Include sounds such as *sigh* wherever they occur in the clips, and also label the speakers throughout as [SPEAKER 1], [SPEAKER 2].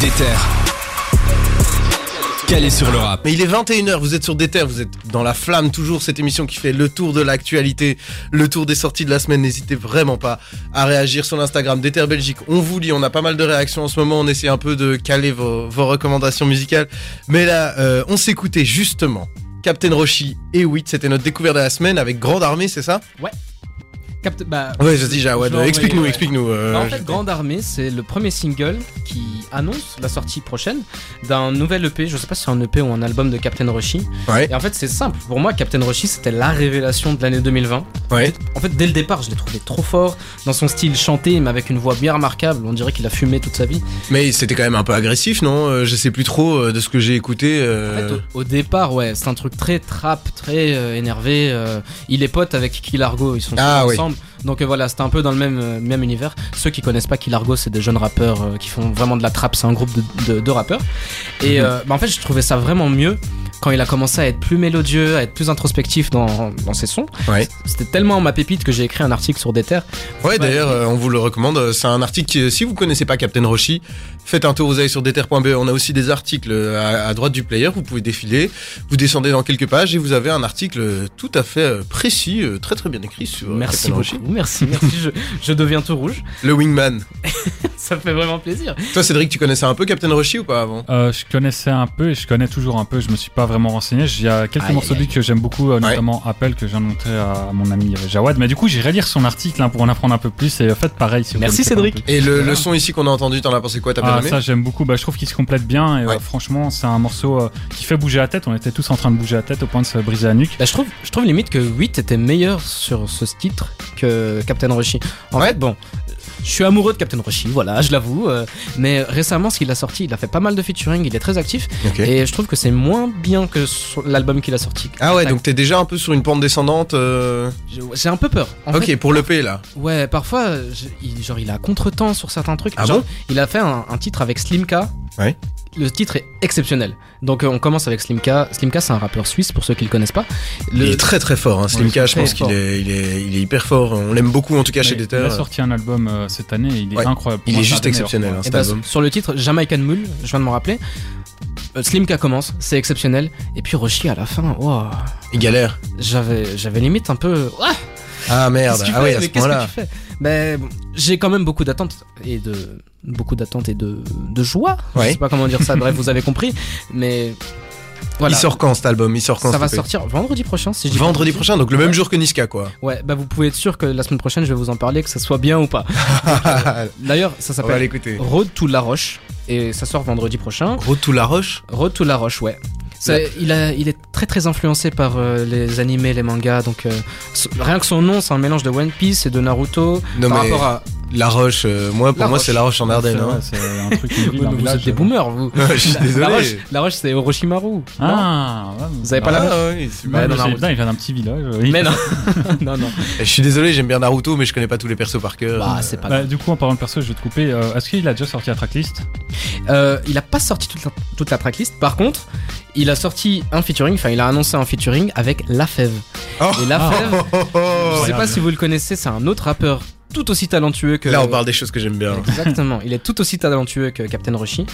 [SPEAKER 1] Déter. Calé sur le rap.
[SPEAKER 2] Mais il est 21h, vous êtes sur des terres, vous êtes dans la flamme toujours, cette émission qui fait le tour de l'actualité, le tour des sorties de la semaine. N'hésitez vraiment pas à réagir sur l'Instagram Déter Belgique. On vous lit, on a pas mal de réactions en ce moment, on essaie un peu de caler vos, vos recommandations musicales. Mais là, euh, on s'écoutait justement Captain Roshi et 8, c'était notre découverte de la semaine avec Grande Armée, c'est ça
[SPEAKER 3] Capte- bah,
[SPEAKER 2] Ouais, vas-y Jawad,
[SPEAKER 3] je l'ai
[SPEAKER 2] explique-nous,
[SPEAKER 3] envoyé, ouais.
[SPEAKER 2] explique-nous. euh,
[SPEAKER 3] Bah, en fait, Grande Armée, c'est le premier single qui annonce la sortie prochaine d'un nouvel EP. Je sais pas si c'est un EP ou un album de Captain Roshi.
[SPEAKER 2] Ouais.
[SPEAKER 3] Et en fait, c'est simple. Pour moi, Captain Roshi, c'était la révélation de l'année 2020.
[SPEAKER 2] Ouais.
[SPEAKER 3] En fait, dès le départ, je l'ai trouvé trop fort dans son style chanté, mais avec une voix bien remarquable. On dirait qu'il a fumé toute sa vie.
[SPEAKER 2] Mais c'était quand même un peu agressif, non Euh, Je sais plus trop euh, de ce que j'ai écouté.
[SPEAKER 3] En
[SPEAKER 2] euh,
[SPEAKER 3] fait, au, au départ, ouais, c'est un truc très trap, très euh, énervé. euh, il est pote avec Killargo, ils sont
[SPEAKER 2] Ah
[SPEAKER 3] souvent
[SPEAKER 2] oui.
[SPEAKER 3] ensemble. Donc euh, voilà, c'est un peu dans le même, euh, même univers. Ceux qui connaissent pas Killargo, c'est des jeunes rappeurs euh, qui font vraiment de la trap. C'est un groupe de, de- de rappeurs. Et
[SPEAKER 2] Mhm.
[SPEAKER 3] euh, bah, en fait, je trouvais ça vraiment mieux quand il a commencé à être plus mélodieux, à être plus introspectif dans, dans ses sons.
[SPEAKER 2] Ouais.
[SPEAKER 3] C'était tellement ma pépite que j'ai écrit un article sur Déter.
[SPEAKER 2] Ouais, d'ailleurs, euh, on vous le recommande. Euh, C'est un article. qui, euh, Si vous connaissez pas Captain Roshi, faites un tour. Vous allez sur déter.be. On a aussi des articles euh, à, à droite du player. Vous pouvez défiler. Vous descendez dans quelques pages et vous avez un article euh, tout à fait euh, précis, euh, très très bien écrit sur euh,
[SPEAKER 3] Merci
[SPEAKER 2] Captain
[SPEAKER 3] beaucoup.
[SPEAKER 2] Roshi.
[SPEAKER 3] Merci, merci. je, je deviens tout rouge. *laughs*
[SPEAKER 2] Le Wingman.
[SPEAKER 3] Ça fait vraiment plaisir.
[SPEAKER 2] Toi, Cédric, tu connaissais un peu Captain Roshi ou pas avant
[SPEAKER 4] Euh, je connaissais un peu et je connais toujours un peu. Je me suis pas vraiment renseigné. Il y a quelques
[SPEAKER 3] Aïe,
[SPEAKER 4] morceaux de
[SPEAKER 3] aïe,
[SPEAKER 4] lui que j'aime beaucoup, euh, notamment Apple que j'ai montré à mon ami euh, Jawad. Mais du coup, j'irai lire son article hein, pour en apprendre un peu plus. Et euh, faites pareil. Si vous
[SPEAKER 3] Merci,
[SPEAKER 4] connaissez pas un
[SPEAKER 3] Cédric.
[SPEAKER 4] peu.
[SPEAKER 2] Et le,
[SPEAKER 4] Voilà.
[SPEAKER 2] le son ici qu'on a entendu, t'en as pensé quoi T'as bien
[SPEAKER 4] Ah,
[SPEAKER 2] aimé
[SPEAKER 4] ça j'aime beaucoup, bah, je trouve qu'il se complète bien et euh,
[SPEAKER 2] Ouais.
[SPEAKER 4] franchement c'est un morceau euh, qui fait bouger la tête, on était tous en train de bouger la tête au point de se briser la nuque.
[SPEAKER 3] Bah, je, trouve, je trouve limite que 8 était meilleur sur ce titre que Captain Roshi. En
[SPEAKER 2] Ouais.
[SPEAKER 3] fait, bon, je suis amoureux de Captain Roshi, voilà, je l'avoue. euh, mais récemment, ce qu'il a sorti, il a fait pas mal de featuring, il est très actif.
[SPEAKER 2] Ok.
[SPEAKER 3] Et je trouve que c'est moins bien que sur l'album qu'il a sorti.
[SPEAKER 2] Ah ouais,
[SPEAKER 3] Attack.
[SPEAKER 2] donc t'es déjà un peu sur une pente descendante. euh,
[SPEAKER 3] J'ai- J'ai un peu peur. En
[SPEAKER 2] Ok,
[SPEAKER 3] fait,
[SPEAKER 2] pour le P là.
[SPEAKER 3] ouais, parfois, euh, je- il, genre, il a contre-temps sur certains trucs.
[SPEAKER 2] Ah
[SPEAKER 3] Genre,
[SPEAKER 2] bon
[SPEAKER 3] il a fait un, un titre avec Slimka.
[SPEAKER 2] Ouais.
[SPEAKER 3] Le titre est exceptionnel. Donc, euh, on commence avec Slimka. Slimka, c'est un rappeur suisse, pour ceux qui le connaissent pas. Le-
[SPEAKER 2] Il est très très fort, hein, Slimka,
[SPEAKER 3] il est
[SPEAKER 2] je pense
[SPEAKER 3] très
[SPEAKER 2] qu'il
[SPEAKER 3] fort.
[SPEAKER 2] est, il est, il est hyper fort. On l'aime beaucoup en tout cas chez
[SPEAKER 4] Mais
[SPEAKER 2] Déter.
[SPEAKER 4] il a sorti un album euh, cette année et il est
[SPEAKER 2] Ouais.
[SPEAKER 4] incroyable. Pour
[SPEAKER 2] Il
[SPEAKER 4] moi,
[SPEAKER 2] est
[SPEAKER 4] c'est un
[SPEAKER 2] juste
[SPEAKER 4] des meilleurs.
[SPEAKER 2] exceptionnel, hein,
[SPEAKER 3] Et
[SPEAKER 2] cet
[SPEAKER 3] bah,
[SPEAKER 2] album.
[SPEAKER 3] sur le titre Jamaican Mule, je viens de m'en rappeler. euh, Slimka commence, c'est exceptionnel. Et puis Roshi à la fin, wow,
[SPEAKER 2] Il galère.
[SPEAKER 3] j'avais, j'avais limite un peu. Ah, *laughs*
[SPEAKER 2] Ah
[SPEAKER 3] qu'est-ce
[SPEAKER 2] merde,
[SPEAKER 3] que tu
[SPEAKER 2] ah oui,
[SPEAKER 3] fais
[SPEAKER 2] à ce
[SPEAKER 3] Mais qu'est-ce
[SPEAKER 2] moment-là.
[SPEAKER 3] que tu fais Mais bon, j'ai quand même beaucoup d'attentes et de beaucoup d'attentes et de, de joie.
[SPEAKER 2] Ouais.
[SPEAKER 3] Je sais pas comment dire ça. Bref, vous avez compris. Mais voilà.
[SPEAKER 2] Il sort quand cet album Il sort quand
[SPEAKER 3] ça va
[SPEAKER 2] cet EP?
[SPEAKER 3] sortir vendredi prochain, si je dis pas de
[SPEAKER 2] Vendredi
[SPEAKER 3] bêtises.
[SPEAKER 2] prochain, donc le même
[SPEAKER 3] Ouais.
[SPEAKER 2] jour que Niska, quoi. *laughs*
[SPEAKER 3] Ouais, bah vous pouvez être sûr que la semaine prochaine, je vais vous en parler, que ça soit bien ou pas.
[SPEAKER 2] On
[SPEAKER 3] D'ailleurs, ça
[SPEAKER 2] va
[SPEAKER 3] s'appelle
[SPEAKER 2] l'écouter.
[SPEAKER 3] Road to La Roche et ça sort vendredi prochain.
[SPEAKER 2] Gros tout la roche.
[SPEAKER 3] Road to La Roche, ouais. Ça, il, a, il est très très influencé par euh, les animés, les mangas, donc euh, so- rien que son nom, c'est un mélange de One Piece et de Naruto
[SPEAKER 2] Non
[SPEAKER 3] par
[SPEAKER 2] mais
[SPEAKER 3] rapport à.
[SPEAKER 2] la roche, euh, moi pour
[SPEAKER 3] La
[SPEAKER 2] moi
[SPEAKER 3] Roche.
[SPEAKER 2] c'est la roche en Ardennes.
[SPEAKER 4] Ouais,
[SPEAKER 2] hein.
[SPEAKER 4] C'est un truc, une ville, hein,
[SPEAKER 3] Vous,
[SPEAKER 4] un
[SPEAKER 3] vous
[SPEAKER 4] village.
[SPEAKER 3] êtes des boomers, vous.
[SPEAKER 2] *laughs* Je
[SPEAKER 3] *laughs*
[SPEAKER 2] suis
[SPEAKER 3] La-
[SPEAKER 2] désolé.
[SPEAKER 3] La Roche, La Roche, c'est Orochimaru. Non
[SPEAKER 4] Ah, ouais,
[SPEAKER 3] Vous avez pas
[SPEAKER 4] bah,
[SPEAKER 3] la
[SPEAKER 4] ouais.
[SPEAKER 3] même-
[SPEAKER 2] Ah ouais, c'est
[SPEAKER 4] Ouais,
[SPEAKER 2] bon.
[SPEAKER 3] Ouais,
[SPEAKER 4] mais
[SPEAKER 3] non,
[SPEAKER 4] j'ai-
[SPEAKER 3] Naruto.
[SPEAKER 4] putain, il vient d'un petit village. euh, il-
[SPEAKER 3] Mais non, *laughs* non, non.
[SPEAKER 2] Je suis désolé, j'aime bien Naruto, mais je connais pas tous les persos par cœur.
[SPEAKER 3] Bah,
[SPEAKER 2] *laughs*
[SPEAKER 3] c'est pas.
[SPEAKER 4] Bah, du coup, en parlant de perso, je vais te couper. euh, Est-ce qu'il a déjà sorti la tracklist
[SPEAKER 3] Euh, il a pas sorti toute la, toute la tracklist. Par contre, il a sorti un featuring. Enfin, il a annoncé un featuring avec La Fève.
[SPEAKER 2] Oh.
[SPEAKER 3] Et La Fève,
[SPEAKER 2] Oh, oh, oh.
[SPEAKER 3] je sais pas si vous le connaissez, c'est un autre rappeur tout aussi talentueux que.
[SPEAKER 2] Là on parle des choses que j'aime bien.
[SPEAKER 3] Exactement, il est tout aussi talentueux que Captain Roshi.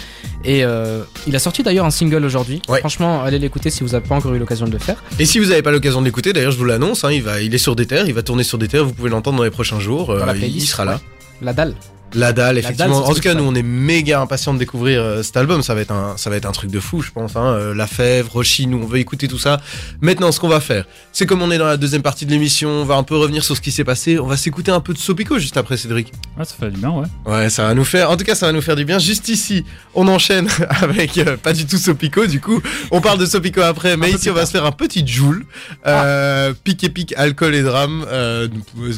[SPEAKER 3] Et euh, il a sorti d'ailleurs un single aujourd'hui.
[SPEAKER 2] Ouais. Euh,
[SPEAKER 3] Franchement, allez l'écouter si vous n'avez pas encore eu l'occasion de le faire.
[SPEAKER 2] Et si vous n'avez pas l'occasion de l'écouter, d'ailleurs je vous l'annonce, hein, il, va, il est sur des terres, il va tourner sur des terres, vous pouvez l'entendre dans les prochains jours,
[SPEAKER 3] Dans
[SPEAKER 2] euh,
[SPEAKER 3] la
[SPEAKER 2] il-
[SPEAKER 3] playlist,
[SPEAKER 2] il sera là.
[SPEAKER 3] ouais. La dalle.
[SPEAKER 2] La dalle,
[SPEAKER 3] La
[SPEAKER 2] effectivement.
[SPEAKER 3] dalle, c'est
[SPEAKER 2] en
[SPEAKER 3] ce
[SPEAKER 2] tout
[SPEAKER 3] que
[SPEAKER 2] cas,
[SPEAKER 3] ça.
[SPEAKER 2] nous, on est méga impatients de découvrir euh, cet album. Ça va être un, ça va être un truc de fou, je pense. Hein. Euh, La Fèvre, Roshi, nous, on veut écouter tout ça. Maintenant, ce qu'on va faire, c'est comme on est dans la deuxième partie de l'émission, on va un peu revenir sur ce qui s'est passé. On va s'écouter un peu de Sopico juste après, Cédric.
[SPEAKER 4] Ouais, Ah, ça fait du bien, ouais.
[SPEAKER 2] Ouais, ça va nous faire. En tout cas, ça va nous faire du bien. Juste ici, on enchaîne *laughs* avec euh, pas du tout Sopico. Du coup, on parle de Sopico après, mais ici, on va se faire un petit Joule. Euh, Pique et pique, alcool et drame. Euh,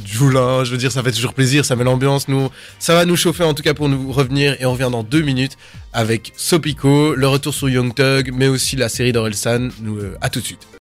[SPEAKER 2] Joule, hein, je veux dire, ça fait toujours plaisir, ça met l'ambiance. Nous, ça va nous chauffer en tout cas pour nous revenir et on revient dans deux minutes avec Sopico, le retour sur Young Thug, mais aussi la série d'Orelsan. Nous, euh, à tout de suite.